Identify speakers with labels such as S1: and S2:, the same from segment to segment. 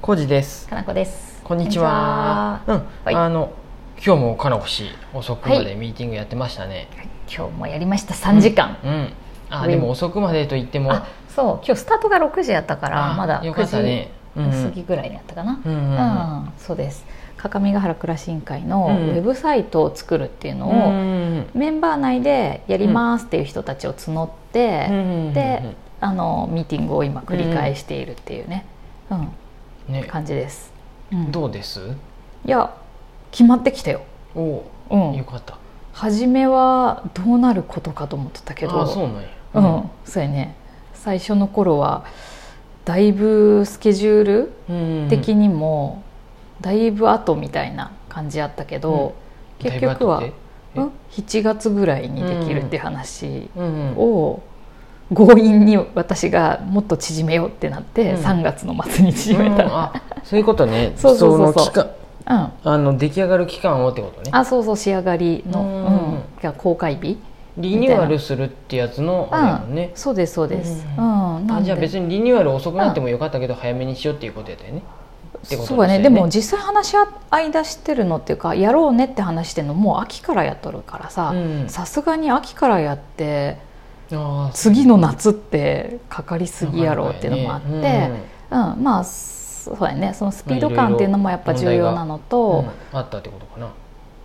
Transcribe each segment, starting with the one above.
S1: コジです。
S2: かなこです。
S1: こんにちは。
S2: こんに
S1: うん、
S2: はい
S1: あの今日もからほし遅くま
S2: は
S1: でミーティングやってましたね。
S2: ちは。今日もやりました。三時間。
S1: うん。あ
S2: うん
S1: でも遅くまでと言っても
S2: あ、そう。今日スタートが六時やったから、
S1: あ
S2: まだ
S1: よ
S2: 九
S1: かっ
S2: 時
S1: たね。うん
S2: 過ぎぐらいにやったかな。
S1: うんうん
S2: う
S1: うん
S2: ん、そうです。各務原暮らし委員会の
S1: うん
S2: ウェブサイトを作るっていう
S1: うん
S2: のを、
S1: うん
S2: メンバー内でやりますっていう人たちを募って、
S1: うん
S2: で、あのミーティングを今繰り返しているっていうね、うん、
S1: ね、
S2: 感じです。うん
S1: どうです？
S2: いや決まってきたよ。
S1: お、
S2: う
S1: よ
S2: ん、
S1: かった。
S2: 初めはどうなることかと思ってたけど
S1: あ、そうなんや。
S2: うん、そうやね最初の頃はだいぶスケジュール
S1: うん。
S2: 的にもだいぶ後みたいな感じやったけど、
S1: うん
S2: 結局は
S1: だいぶ後ってえ
S2: うん7月ぐらいにできるって話
S1: うんうん。
S2: を強引に私がもっと縮めようってなって、
S1: うん
S2: 3月の末に縮めた、
S1: うんあ、そういうことね。
S2: そうそうそうそう
S1: の期間、
S2: うん
S1: あの出来上がる期間をってことね。
S2: あそうそう仕上がりの、
S1: うん
S2: うんが公開日、
S1: リニューアルするってやつのあれやもんね。
S2: そうですそうです、
S1: う
S2: うんな
S1: あ
S2: ん
S1: じゃあ
S2: で
S1: 別にリニューアル遅くなってもよかったけど早めにしようっていうことやったよね。ってこと
S2: そうだね
S1: ですよ
S2: で
S1: ね
S2: も実際話し合い出してるのっていうかやろうねって話してるのもう秋からやっとるからさ
S1: うん
S2: さすがに秋からやって
S1: あー
S2: 次の夏ってかかりすぎやろうっていうのもあって、
S1: うん
S2: うんまあそうやねそのスピード感っていうのもやっぱ重要なの
S1: うん
S2: と、
S1: あったってことかな。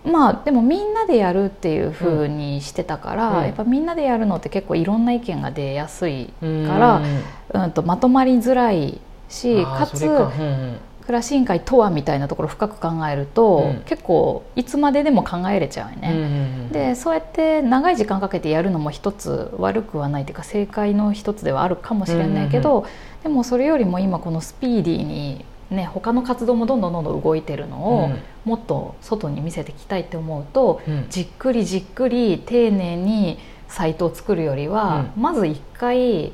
S2: まあでもみんなでやるっていう風にしてたから、
S1: うん
S2: やっぱみんなでやるのって結構いろんな意見が出やすい、
S1: うん
S2: からうん、とまとまりづらいし
S1: あー
S2: か
S1: そ
S2: つ
S1: れかうんうん
S2: 暮らし委員会とはみたいなところを深く考えると、
S1: うん
S2: 結構いつまででも考えれちゃうよ
S1: うんう
S2: ね、
S1: んうん
S2: でそうやって長い時間かけてやるのも一つ悪くはないというか正解の一つではあるかもしれないけど、でもそれよりも今このスピーディーに、ね、他の活動もどんどんどんどん動いてるのを、もっと外に見せていきたいって思うと
S1: うんうん
S2: じっくりじっくり丁寧にサイトを作るよりは、まず一回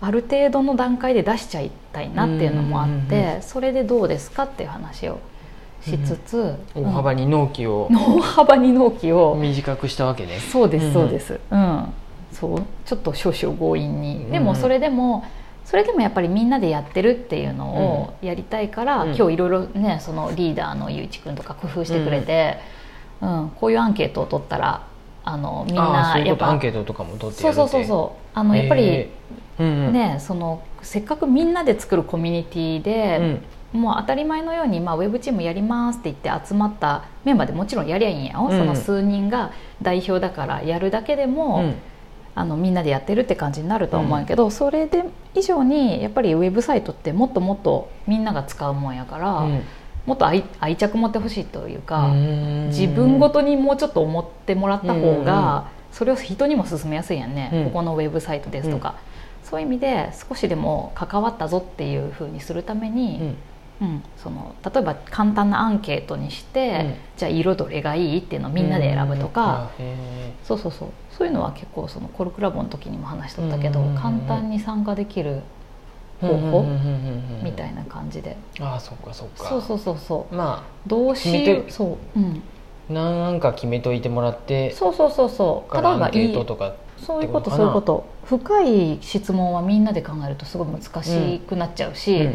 S2: ある程度の段階で出しちゃいたいなっていうのもあって、
S1: うんうんう
S2: それでどうですかっていう話をしつつ、
S1: 大幅に納期を
S2: うん大幅に納期を、
S1: 短くしたわけね。
S2: そうで
S1: うんう
S2: す
S1: ん
S2: そうです、うんそうちょっと少々強引に、
S1: うんうん
S2: でもそれでもそれでもやっぱりみんなでやってるっていうのをやりたいから、
S1: うん
S2: 今日いろいろねそのリーダーのゆういちくんとか工夫してくれて、うんこういうアンケートを取ったらあのみん
S1: あー
S2: な
S1: そういう
S2: やっ
S1: ことア
S2: ぱ
S1: ンケートとかも取って
S2: そ
S1: やる
S2: うそうそうそうあのやっぱり、
S1: えーうんうん
S2: ねそのせっかくみんなで作るコミュニティ
S1: う
S2: で、
S1: ん
S2: もう当たり前のように、まあ、ウェブチームやりますって言って集まったメンバーでもちろんやりゃいいんやよ、
S1: うん
S2: その数人が代表だからやるだけでも、
S1: うん
S2: あのみんなでやってるって感じになると思うんやけど、それで以上にやっぱりウェブサイトってもっともっとみんなが使うもんやから、
S1: うん
S2: もっと愛愛着持ってほしいというか、
S1: うん
S2: 自分ごとにもうちょっと思ってもらった方が、それを人にも勧めやすいやんね、
S1: うん
S2: ここのウェブサイトですとか、そういう意味で少しでも関わったぞっていうふうにするため
S1: う
S2: に、
S1: ん
S2: うんその例えば簡単なアンケートにして、
S1: うん
S2: じゃあ色どれがいいっていうのをみんなで選ぶとか。
S1: うんあへ
S2: そうそうそうそういうのは結構そのコルクラボの時にも話しとったけど、
S1: うんうんうんうん
S2: 簡単に参加できる
S1: ー
S2: 方法
S1: うんうんうんうんうん
S2: みたいな感じで、
S1: ああそっかそっか
S2: そうそうそうそう
S1: ま
S2: 動
S1: 決め
S2: 詞
S1: て
S2: そう、うん、
S1: あなんか決めといてもらって
S2: そうそうそうそう例え
S1: からア
S2: ば
S1: ンケ
S2: い
S1: ート
S2: い
S1: とか
S2: そういうこと
S1: ってことかな
S2: そういうこと深い質問はみんなで考えるとすごい難しくなっちゃうし、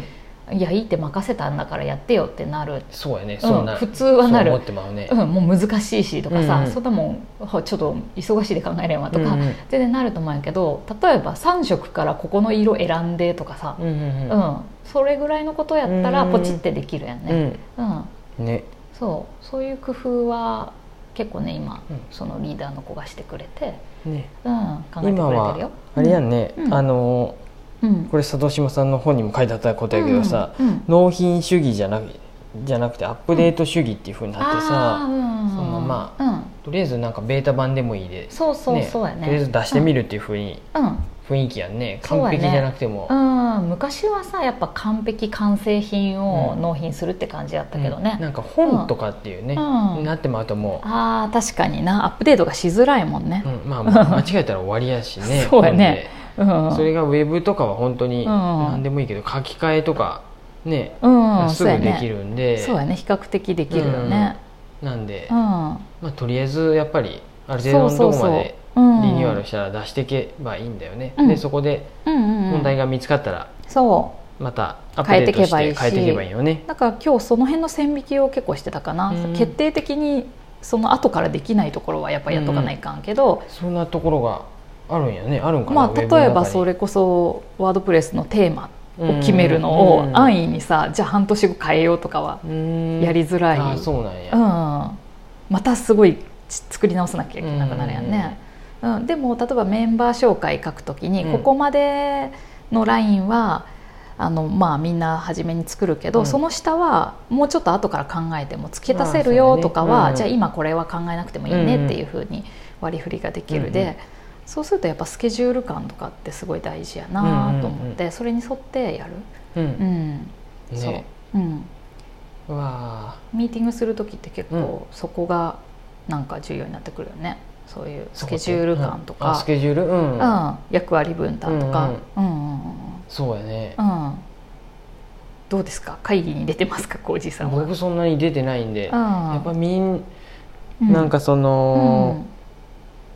S2: いやいいって任せたんだからやってよってなる、
S1: そうやね、
S2: うん
S1: そうな
S2: 普通はなる
S1: そう思ってまうね
S2: う、ん、もう難しいしとかさ、
S1: うんうん
S2: そんなもんはちょっと忙しいで考えれんわとか、
S1: うんうん
S2: 全然なると思うんやけど例えば3色からここの色選んでとかさ、
S1: うんうん
S2: う
S1: うん
S2: ん、それぐらいのことやった
S1: う
S2: ら
S1: ん
S2: ポチってできるやんね、うん
S1: うんね
S2: そうそういう工夫は結構ね今、
S1: うん
S2: そのリーダーの子がしてくれて、
S1: ね
S2: うん、考えてくれてる
S1: 今
S2: よ
S1: はあれやんね、
S2: うん
S1: あの
S2: うん、うん、
S1: これ佐藤島さんの本にも書いてあったことやけどさ、
S2: うんうん
S1: 納品主義じゃなくじゃなくてアップデート主義っていうふうになってさ、
S2: あーうん
S1: そのま
S2: あ、うん、
S1: とりあえずなんかベータ版でもいいで
S2: そうそうそうやね
S1: とりあえず出してみるっていうふうに、
S2: うん、うん
S1: 雰囲気やんね
S2: そうや
S1: 完
S2: ね
S1: 璧じゃなくても、
S2: うん昔はさやっぱ完璧完成品を納品するって感じだったけどね、
S1: なんか本とかっていうね、
S2: うんうん
S1: なってまうとも
S2: あー確かになアップデートがしづらいもんね
S1: う、うん、まあ 間違えたら終わりやしね
S2: そうやねうん、うん、
S1: それがウェブとかは本当
S2: う
S1: に
S2: ん
S1: 何でもいいけど書き換えとかね、す
S2: そう
S1: ぐ
S2: や
S1: で
S2: ね
S1: きるんで、
S2: そうやね比較的できるよね、
S1: なんで、
S2: うん
S1: まあ、とりあえずやっぱりある程
S2: そう
S1: 度の
S2: そ
S1: とこ
S2: う
S1: ま
S2: そう
S1: で
S2: うん
S1: リニューアルしたら出していけばいいんだよね、
S2: うん
S1: でそこで
S2: うんうんうん
S1: 問題が見つかったら、
S2: そ
S1: またアップ
S2: 変え
S1: デ
S2: て
S1: ー
S2: け
S1: トし
S2: ばいい
S1: て
S2: し
S1: 変えていけばいいよね
S2: だから今日その辺の線引きを結構してたかな、
S1: うん
S2: 決定的にその後からできないところはやっぱりやっとかないかんけど、
S1: そんなところがあるんやねあるんかな、
S2: まあ、例えばそ
S1: れ
S2: れこそワードプレスのテーマを決めるのを安易にさ、じゃあ半年後変えようとかは
S1: 易
S2: やりづらい、
S1: あそうなんや、
S2: うん、またすごいち作り直さなきゃいけなくなるやんね、うんでも例えばメンバー紹介書くときに、
S1: うん
S2: ここまでのラインはあのまあみんな初めに作るけど、
S1: うん
S2: その下はもうちょっと後から考えても付け足せ
S1: まあそう
S2: る
S1: だ
S2: よ
S1: ね
S2: とかは、
S1: うん
S2: じゃあ今これは考えなくてもいいねっていうふうに割り振りができるで、
S1: うんうん
S2: そうするとやっぱスケジュール感とかってすごい大事やなと思って、
S1: うんうん
S2: それに沿ってやる、
S1: うん
S2: うん
S1: ね
S2: そううん、
S1: うわあ
S2: ミーティングする時って結構そこがなんか重要になってくるよねそういうスケジュール感と
S1: うんあ
S2: か
S1: ス、ケジュールうん、
S2: うん役割分担とか、うんうんうん
S1: そうやね
S2: うんうんどうですか会議に出てますか浩司さんは。
S1: 僕そんなに出てないんでやっぱ
S2: や
S1: みんなんかその、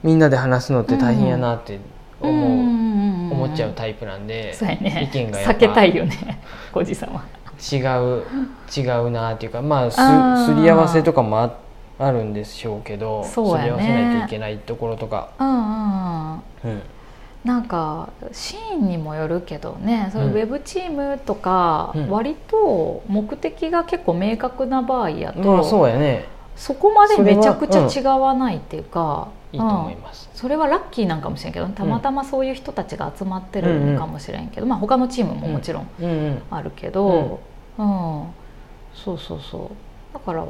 S1: みんなで話すのって大変やなって思う、思っちゃう
S2: タ
S1: タイプなんで、
S2: そうやね
S1: 意見がやっぱ
S2: 避けたいよね浩司さんは。
S1: 違う違うなっていうかまあす
S2: あー
S1: すり合わせとかもああるんでしょうけど
S2: そう
S1: す
S2: や
S1: り合
S2: ね
S1: わせないといけないところとか、
S2: うんうんうん
S1: うん
S2: なんかシーンにもよるけどねそういううんウェブチームとか、
S1: うん
S2: 割と目的が結構明確な場合やと、
S1: まあそうやね
S2: そこまで
S1: それは
S2: めちゃくちゃ違わないっていうか、
S1: いいと思い
S2: うん
S1: ます、
S2: それはラッキーなんかもしれんけどたまたまそういう人たちが集まってるのかもしれんけど、まあ、他のチームももちろん
S1: うんうん
S2: あるけど、うんそうそうそうだから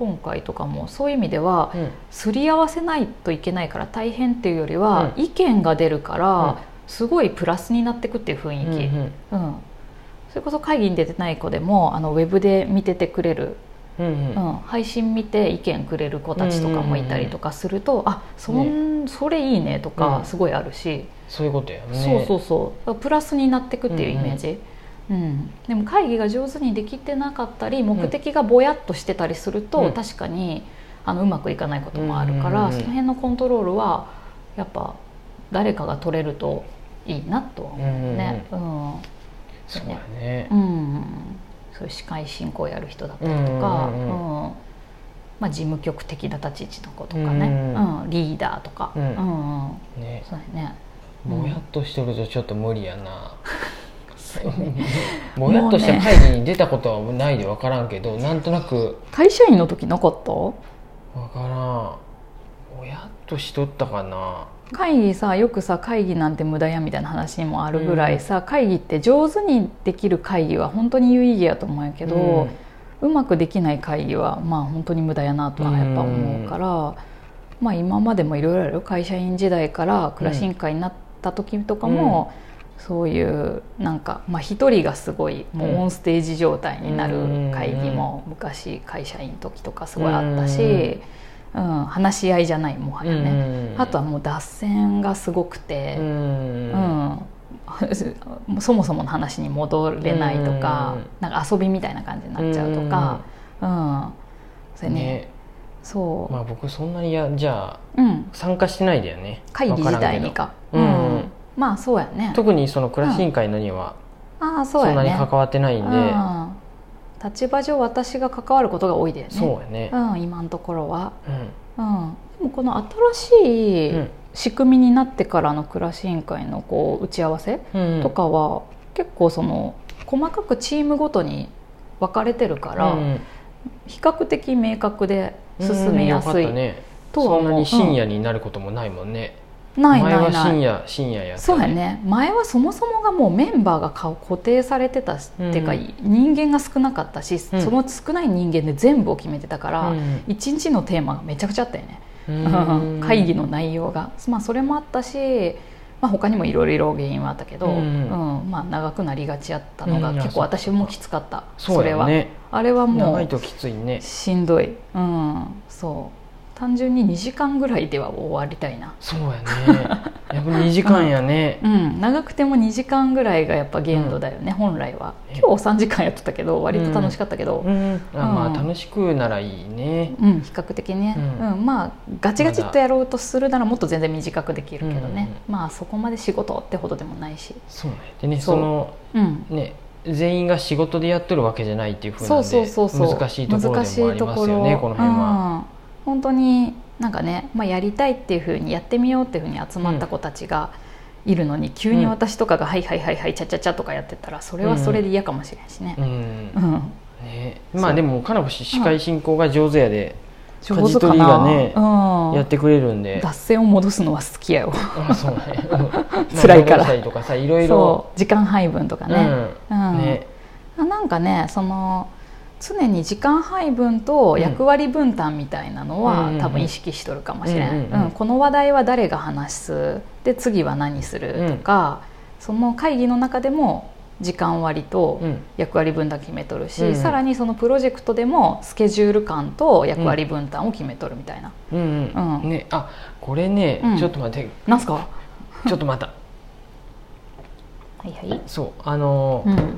S2: 今回とかもそういう意味では、
S1: うん
S2: すり合わせないといけないから大変っていうよりは、
S1: う
S2: 意見が出るから、
S1: うん
S2: すごいプラスになってくっていう雰囲
S1: うんう
S2: 気、うん
S1: ん
S2: それこそ会議に出てない子でもあのウェブで見ててくれる、
S1: うんうん
S2: うん配信見て意見くれる子たちとかもいたりとかすると、あそん、それいいねと
S1: う
S2: か
S1: ん
S2: すごいあるし、
S1: そういうことやね
S2: そうそうそうだからプラスになってくっていうイメージ。うん、でも会議が上手にできてなかったり目的がぼやっとしてたりすると、
S1: うん
S2: 確かにあのうまくいかないこともあるから、
S1: うんうんうん
S2: その辺のコントロールはやっぱ誰かが取れるといいなとは思うね。うん
S1: そうやね
S2: うんそういう司会進行やる人だったりとか、
S1: うんうんう
S2: うんまあ、事務局的な立ち位置の子とかね、
S1: うん
S2: う
S1: うん
S2: んリーダーとか、
S1: う
S2: うんんうん
S1: ね
S2: そうだねうん
S1: ぼやっとしてるとちょっと無理やな
S2: うね
S1: ぼやっとした会議に出たことはないで分からんけどなんとなく
S2: 会社員の時なかった
S1: 分からんぼやっとしとったかな
S2: 会議さよくさ会議なんて無駄やみたいな話にもあるぐらいさ、会議って上手にできる会議は本当に有意義やと思うんやけど、うまくできない会議はまあ本当に無駄やなとはやっぱ思うから、まあ今までもいろいろあるよ会社員時代からクラシン会になった時とかも、そういうなんかまあ一人がすごいもうオンステージ状態になる会議も昔会社員時とかすごいあったし、うん、話し合いじゃないもはやね。あとは
S1: は
S2: もう脱線がすごくて、
S1: う
S2: うん
S1: ん
S2: そもそもの話に戻れないとか,、
S1: うん
S2: なんか遊びみたいな感じになっちゃうとか、うんそれね
S1: ね
S2: そう、
S1: まあ僕そんなにやじゃあ
S2: うん、
S1: 参加してないだよね
S2: 会議
S1: 分ら
S2: 自
S1: んけど
S2: 体にか、
S1: うん
S2: まあそうやね
S1: 特にそのクラシン会のには
S2: ああ
S1: そ
S2: そうんや
S1: なに
S2: ね
S1: 関わってないんで
S2: うん、立場上私が関わることが多いだよね
S1: そうやね
S2: うん、今のところは、
S1: うん
S2: うん、でもこの新しい
S1: うん
S2: 仕組みになってからのクラシン会のこう打ち合わせ、
S1: うんうん
S2: とかは結構その細かくチームごとに分かれてるから、
S1: うん
S2: 比較的明確で進めやす
S1: うん
S2: い
S1: よかったね
S2: とは
S1: そん
S2: 思う、
S1: なに深夜
S2: に、
S1: になることもないもんね
S2: ない
S1: 前
S2: な
S1: はい
S2: な
S1: 深
S2: い
S1: 夜深夜やった
S2: そうやね前はそもそもがもうメンバーが顔固定されてたし、
S1: うん
S2: っていうか人間が少なかったし、
S1: うん
S2: その少ない人間で全部を決めてたから、
S1: うん
S2: 一日のテーマがめちゃくちゃあったよ
S1: う
S2: ね、
S1: ん
S2: 会議の内容が、まあ、それもあったし、まあ、他にもいろいろ原因はあったけど、
S1: う
S2: うんんまあ、長くなりがちやったのが
S1: うん
S2: 結構私もきつかった、
S1: そう
S2: れ
S1: や
S2: は、
S1: ね
S2: あれはも
S1: 長いうときついね
S2: しんどい、うん、そう単純に2時間ぐらいでは終わりたいな、
S1: そうやねやっぱ2時間やね
S2: うん、長くても2時間ぐらいがやっぱ限度だよね、本来は
S1: え
S2: 今日3時間やってたけど割と楽しかったけど、
S1: うん、あまあ
S2: うん
S1: 楽しくならいいね
S2: うん、比較的ね、
S1: う
S2: うんんまあガチガチっとやろうとするならもっと全然短くできるけどね、まあそこまで仕事ってほどでもないし、
S1: そうねでね
S2: そ
S1: そうの
S2: うん、
S1: ね全員が仕事でやってるわけじゃないっていうふうな
S2: そ
S1: ん
S2: う
S1: で
S2: そうそうそう
S1: 難しいところでもあ
S2: 難しい
S1: り
S2: と
S1: ます
S2: ころ
S1: よねこの辺は。
S2: うん本当になんかね、まあ、やりたいっていうふうにやってみようっていうふうに集まった子たちがいるのに、急に私とかが「はいはいはいはいちゃちゃちゃ」とかやってたらそれはそれで嫌かもしれんしね。
S1: うん
S2: うん
S1: ね、
S2: そう
S1: まあでもかなこ司会進行が上手やで、
S2: 上手
S1: 舵取
S2: か
S1: りが
S2: な、
S1: ね
S2: うん、
S1: やってくれるんで、
S2: 脱線を戻すのは好きやよ
S1: あそう ね
S2: 辛いから
S1: まあ戻したりとかさいろいろ
S2: そう時間配分とかね,、うん
S1: うんね
S2: あなんかねその常に時間配分と役割分担みたいなのは、
S1: うん
S2: 多分意識しとるかもしれん、
S1: う
S2: うんん
S1: うんうん
S2: この話題は誰が話すで次は何するとか、その会議の中でも時間割と
S1: うん
S2: 役割分担決めとるし、
S1: うんうん
S2: さらにそのプロジェクトでもスケジュール感と役割分担を決めとるみたいな、
S1: うんうん
S2: うん
S1: ねあこれね、
S2: うん
S1: ちょっと待って
S2: なんすかは
S1: ちょっとまた
S2: いはい、
S1: そうあのー
S2: うん、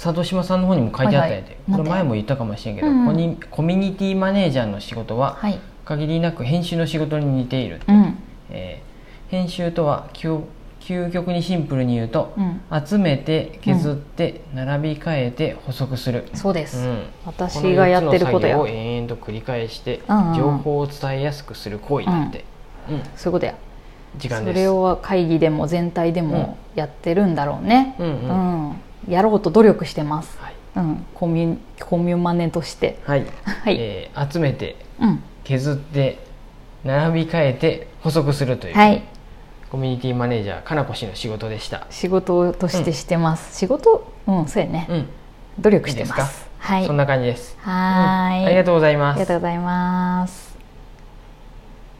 S1: 佐渡島さんの方にも書いてあったんやで、
S2: はいはい
S1: こ
S2: な
S1: れ
S2: んて
S1: 前も言ったかもしれんけど、
S2: うん
S1: コニコミュニティマネージャーの仕事は
S2: はい、
S1: 限りなく編集の仕事に似ている、
S2: うん
S1: えー編集とは究究極にシンプルに言うと、
S2: うん、
S1: 集めて削って並び替えて補足する、
S2: そうで
S1: う
S2: す、
S1: ん、
S2: 私がやってることや
S1: この四つの作業を延々と繰り返して、
S2: うんうん
S1: 情報を伝えやすくする行為だって、うん
S2: そういうことや
S1: 時間
S2: そ
S1: です
S2: れを会議でも全体でもやってるんだろうね、
S1: うんう、
S2: うん
S1: は
S2: んやろうと努力してます、
S1: い、
S2: うん、コミュコミュマネとして
S1: はい
S2: はい、
S1: えー集めて
S2: うん
S1: 削って並び替えて補足するという、
S2: はい
S1: コミュニティマネージャーかなこ氏の仕事でした、
S2: 仕事としてしてます、仕事うんそうやね、
S1: うん
S2: 努力してま
S1: いいです
S2: はい
S1: そんな感じです、
S2: はーい、
S1: ありがとうござい
S2: あ
S1: ま
S2: り
S1: す
S2: がとうございます